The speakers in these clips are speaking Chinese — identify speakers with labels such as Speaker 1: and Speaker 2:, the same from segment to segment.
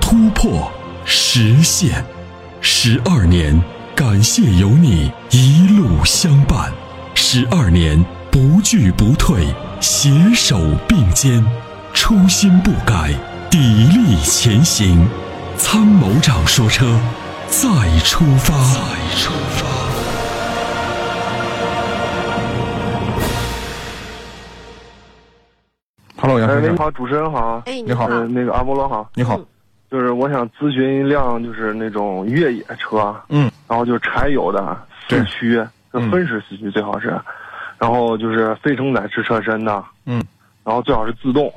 Speaker 1: 突破、实现，十二年，感谢有你一路相伴，十二年不惧不退，携手并肩，初心不改，砥砺前行。参谋长说车，再出发。再出发。
Speaker 2: Hello，杨
Speaker 3: 哎，
Speaker 2: 嗯先
Speaker 3: 喂，你
Speaker 2: 生，
Speaker 3: 嗯好，主持人好。
Speaker 4: 哎，
Speaker 2: 你好
Speaker 3: 呃，那个阿波罗好，
Speaker 2: 你好，
Speaker 3: 就是我想咨询一辆就是那种越野车，
Speaker 2: 嗯，
Speaker 3: 然后就是柴油的
Speaker 2: 对
Speaker 3: 四驱，就
Speaker 2: 嗯
Speaker 3: 分时四驱最好是，然后就是非承载式车身的，
Speaker 2: 嗯，
Speaker 3: 然后最好是自动，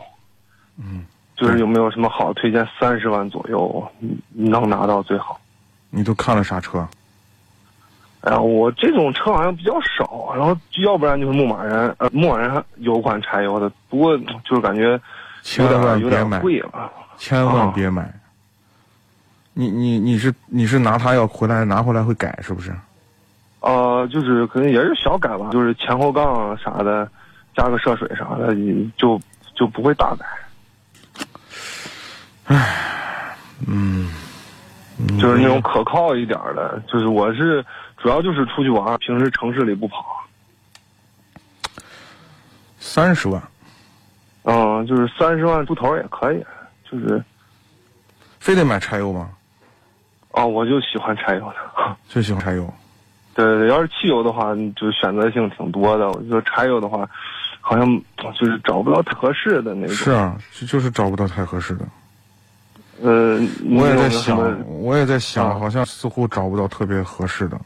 Speaker 2: 嗯，
Speaker 3: 就是有没有什么好推荐？三十万左右嗯能拿到最好。
Speaker 2: 你都看了啥车？
Speaker 3: 哎呀，我这种车好像比较少，然后要不然就是牧马人，呃，牧马人有款柴油的，不过就是感觉有
Speaker 2: 千
Speaker 3: 点
Speaker 2: 万别
Speaker 3: 有点
Speaker 2: 买，
Speaker 3: 贵啊了。
Speaker 2: 千万别买。你你你是你是拿它要回来拿回来会改是不是？
Speaker 3: 呃，就是可能也是小改吧，就是前后杠啊啥的，加个涉水啥的，也就就不会大改。唉，嗯，就是那种可靠一点儿的，就是我是主要就是出去玩儿，平时城市里不跑。
Speaker 2: 三十万，
Speaker 3: 嗯，就是三十万出头也可以，就是
Speaker 2: 非得买柴油吗？
Speaker 3: 啊，我就喜欢柴油的。
Speaker 2: 就喜欢柴油。
Speaker 3: 对对，对，要是汽油的话，你就选择性挺多的。我就说柴油的话，好像就是找不到合适的那种。
Speaker 2: 是啊，就就是找不到太合适的。
Speaker 3: 呃，你
Speaker 2: 我也
Speaker 3: 有没
Speaker 2: 在
Speaker 3: 有什么
Speaker 2: 想，我也在想，
Speaker 3: 啊
Speaker 2: 好像似乎找不到特别合适的。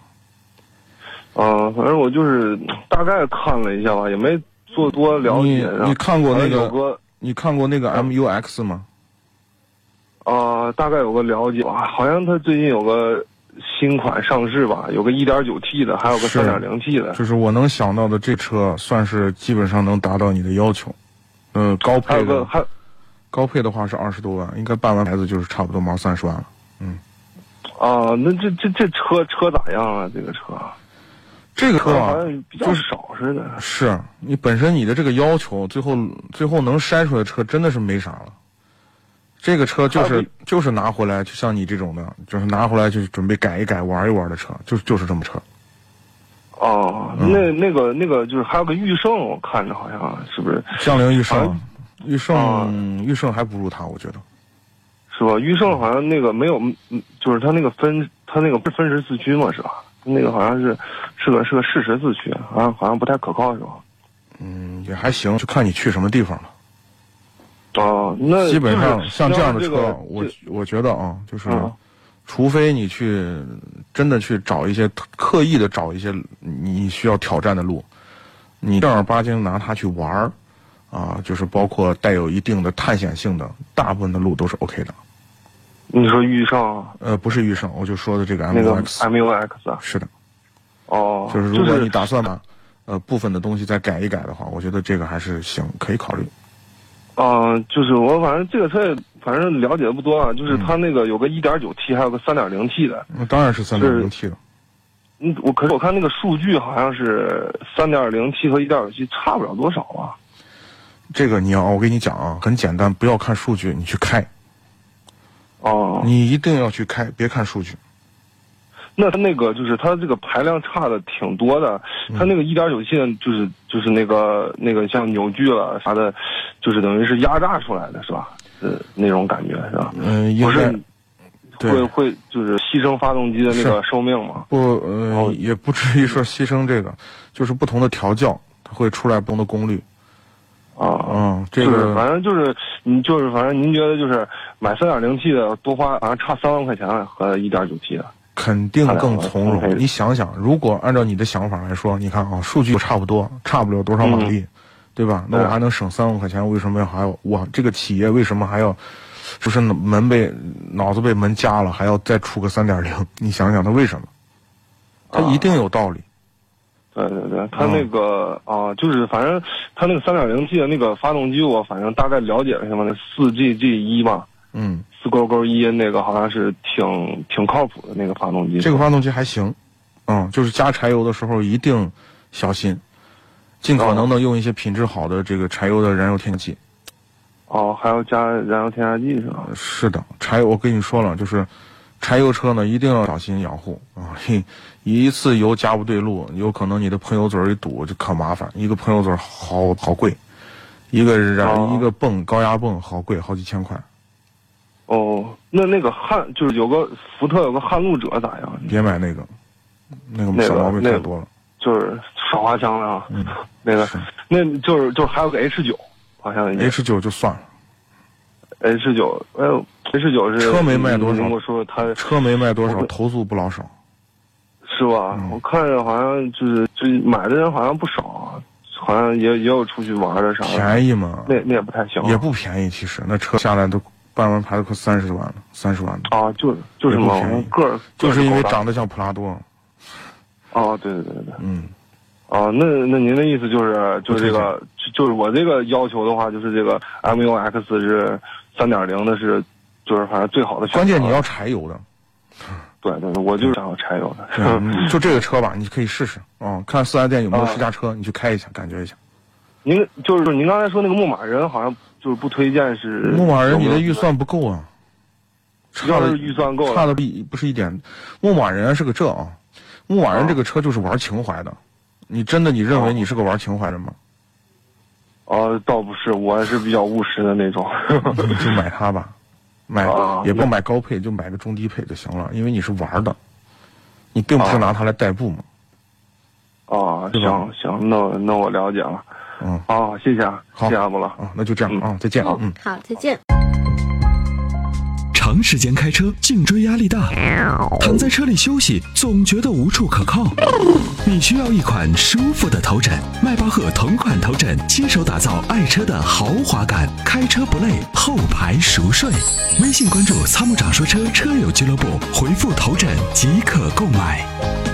Speaker 3: 嗯，反正我就是大概看了一下吧，也没做多了
Speaker 2: 你
Speaker 3: 解。然后
Speaker 2: 你看过那
Speaker 3: 有
Speaker 2: 个
Speaker 3: 个
Speaker 2: 你看过那
Speaker 3: 啊
Speaker 2: 个 MUX 吗？
Speaker 3: 呃，大概有个了解吧，好像它最近有个新款上市吧，有个 1.9T 的，还有个
Speaker 2: 是
Speaker 3: 3.0T 的，
Speaker 2: 就是我能想到的，这车算是基本上能达到你的要求。嗯，高
Speaker 3: 还
Speaker 2: 配
Speaker 3: 有个
Speaker 2: 的
Speaker 3: 还
Speaker 2: 高配的话是二十多万，应该办完牌子就是差不多毛三十万了。
Speaker 3: 啊、那这这这车车咋样啊？这个车
Speaker 2: 这个车
Speaker 3: 车
Speaker 2: 啊
Speaker 3: 好像比较
Speaker 2: 就是
Speaker 3: 少似的。
Speaker 2: 是你本身你的这个要求，最后最后能筛出来的车真的是没啥了。这个车就
Speaker 3: 还有
Speaker 2: 是
Speaker 3: 个
Speaker 2: 就是拿回来，就像你这种的，就是拿回来就是准备改一改、玩一玩的车，就是就是这么车。
Speaker 3: 哦、
Speaker 2: 嗯
Speaker 3: 那那个那个就是还有个驭胜，我看着好像啊是不是
Speaker 2: 江铃驭胜
Speaker 3: 啊，
Speaker 2: 驭
Speaker 3: 啊
Speaker 2: 胜驭胜还不如它，我觉得。
Speaker 3: 是吧？驭胜好像那个没有，嗯就是它那个分，它那个不是分时四驱嘛，是吧？那个好像是是个是个适时四驱，好像好像不太可靠，是吧？
Speaker 2: 嗯，也还行，就看你去什么地方了。
Speaker 3: 哦，那
Speaker 2: 基本上
Speaker 3: 就是
Speaker 2: 像这样的
Speaker 3: 要是
Speaker 2: 车
Speaker 3: 这个，
Speaker 2: 我
Speaker 3: 这
Speaker 2: 我觉得啊，就是
Speaker 3: 嗯
Speaker 2: 除非你去真的去找一些刻意的找一些你需要挑战的路，你正儿八经拿它去玩儿啊，就是包括带有一定的探险性的，大部分的路都是 OK 的。
Speaker 3: 你说驭胜
Speaker 2: 呃，不是驭胜，我就说的这个 M
Speaker 3: 那
Speaker 2: O
Speaker 3: 个
Speaker 2: X，
Speaker 3: M U X 啊，
Speaker 2: 是的，
Speaker 3: 哦，
Speaker 2: 就是如
Speaker 3: 就
Speaker 2: 果你
Speaker 3: 是
Speaker 2: 打算把呃部分的东西再改一改的话，我觉得这个还是行，可以考虑。
Speaker 3: 嗯、就是我反正这个车也反正了解的不多啊，就是
Speaker 2: 嗯
Speaker 3: 它那个有个 1.9T，还有个 3.0T 的，
Speaker 2: 那当然是三点零 T 了。
Speaker 3: 嗯，我可是我看那个数据好像是 3.0T 和 1.9T 差不了多少啊。
Speaker 2: 这个你要，我跟你讲啊，很简单，不要看数据，你去开，
Speaker 3: 哦，
Speaker 2: 你一定要去开，别看数据。
Speaker 3: 那它那个就是它这个排量差的挺多的，它那个一点九 T 就是就是那个那个像扭矩了啥的，就是等于是压榨出来的是吧？呃，那种感觉是吧？
Speaker 2: 嗯、应
Speaker 3: 不是
Speaker 2: 该
Speaker 3: 会
Speaker 2: 对
Speaker 3: 会就是牺牲发动机的那个寿命嘛？
Speaker 2: 不呃
Speaker 3: 哦
Speaker 2: 也不至于说牺牲这个，就是不同的调教，它会出来不同的功率。
Speaker 3: 啊，
Speaker 2: 嗯，这
Speaker 3: 就是反
Speaker 2: 个
Speaker 3: 正就是你就是反正您觉得就是买三点零 T 的多花好像差三万块钱和一点九 T 的
Speaker 2: 肯定更从
Speaker 3: 看来
Speaker 2: 容。
Speaker 3: 我
Speaker 2: 你想想，如果按照你的想法来说，你看啊，数据差不多，差不了多少马力，对吧？那我
Speaker 3: 嗯对
Speaker 2: 还能省三万块钱，为什么要还要我这个企业为什么还要不是门被脑子被门夹了，还要再出个三点零，你想想他为什么？他
Speaker 3: 啊
Speaker 2: 一定有道理。
Speaker 3: 对对对，它那
Speaker 2: 嗯
Speaker 3: 个啊、就是反正它那个三点零 T 的那个发动机，我反正大概了解了一下嘛，那四 GG 一嘛，
Speaker 2: 嗯，
Speaker 3: 四勾勾一那个好像是挺挺靠谱的那个发动机。
Speaker 2: 这个发动机还行，嗯，就是加柴油的时候一定小心，尽可能的用一些品质好的这个柴油的燃油添加剂。
Speaker 3: 哦，还要加燃油添加剂是吧？
Speaker 2: 是的，柴油我跟你说了，就是柴油车呢一定要小心养护啊！嘿一次油加不对路，有可能你的喷油嘴儿一堵就可麻烦，一个喷油嘴儿好好贵，一个燃、
Speaker 3: 哦
Speaker 2: 一个泵高压泵好贵，好几千块。
Speaker 3: 哦，那那个汉就是有个福特有个撼路者咋样？
Speaker 2: 别买那个，那
Speaker 3: 那
Speaker 2: 个
Speaker 3: 个
Speaker 2: 小毛病
Speaker 3: 那
Speaker 2: 太
Speaker 3: 个
Speaker 2: 多了。
Speaker 3: 就是少花枪啊，那个
Speaker 2: 嗯是
Speaker 3: 那就是就是还有个 H 九，好像
Speaker 2: H 九就算了，
Speaker 3: H 九，哎呦，H 九是
Speaker 2: 车没卖多少
Speaker 3: 你跟我说他
Speaker 2: 车没卖多
Speaker 3: 我
Speaker 2: 少，投诉不老少。
Speaker 3: 是吧？
Speaker 2: 嗯
Speaker 3: 我看着好像就是就是买的人好像不少啊，好像也也有出去玩的啥的，
Speaker 2: 便宜嘛，
Speaker 3: 那那也不太行啊，
Speaker 2: 也不便宜。其实那车下来都办完牌都快三十万了，三十万了，
Speaker 3: 啊，就是就是嘛，
Speaker 2: 也不
Speaker 3: 我
Speaker 2: 便宜
Speaker 3: 们个儿
Speaker 2: 就是因为长
Speaker 3: 得
Speaker 2: 得像普拉多。啊
Speaker 3: 哦，对对对对，
Speaker 2: 嗯，
Speaker 3: 哦，那那您的意思就是就是这个就就是我这个要求的话，就是这个 MUX 是三点零的是就是反正最好的选择，
Speaker 2: 关键你要柴油的。
Speaker 3: 对对，对我就是想要柴油的，
Speaker 2: 对，你就这个车吧，你可以试试啊、嗯看四 S 店有没有
Speaker 3: 啊
Speaker 2: 试驾车，你去开一下，感觉一下。
Speaker 3: 您就是您刚才说那个牧马人，好像就是不推荐是
Speaker 2: 牧马人，你的
Speaker 3: 嗯有没有
Speaker 2: 预算不够啊，差
Speaker 3: 要
Speaker 2: 的
Speaker 3: 是预算够了
Speaker 2: 差的不一不是一点。牧马人是个这啊，牧马人这个车就是玩情怀的。你真的你认为你是个玩情怀的吗？
Speaker 3: 哦，倒不是，我是比较务实的那种。
Speaker 2: 你 就买它吧，买
Speaker 3: 啊
Speaker 2: 也不买高配，就买个中低配就行了，因为你是玩的，你并不是
Speaker 3: 啊
Speaker 2: 拿它来代步嘛。
Speaker 3: 哦，
Speaker 2: 是吧
Speaker 3: 行行，那我那我了解了。
Speaker 2: 嗯，
Speaker 3: 好，谢谢啊，
Speaker 2: 好
Speaker 3: 谢谢阿布了。
Speaker 2: 啊，那就这样啊，再见，嗯。
Speaker 4: 好，再见。
Speaker 1: 长时间开车，颈椎压力大，躺在车里休息，总觉得无处可靠。你需要一款舒服的头枕，迈巴赫同款头枕，亲手打造爱车的豪华感，开车不累，后排熟睡。微信关注“参谋长说车”车友俱乐部，回复“头枕”即可购买。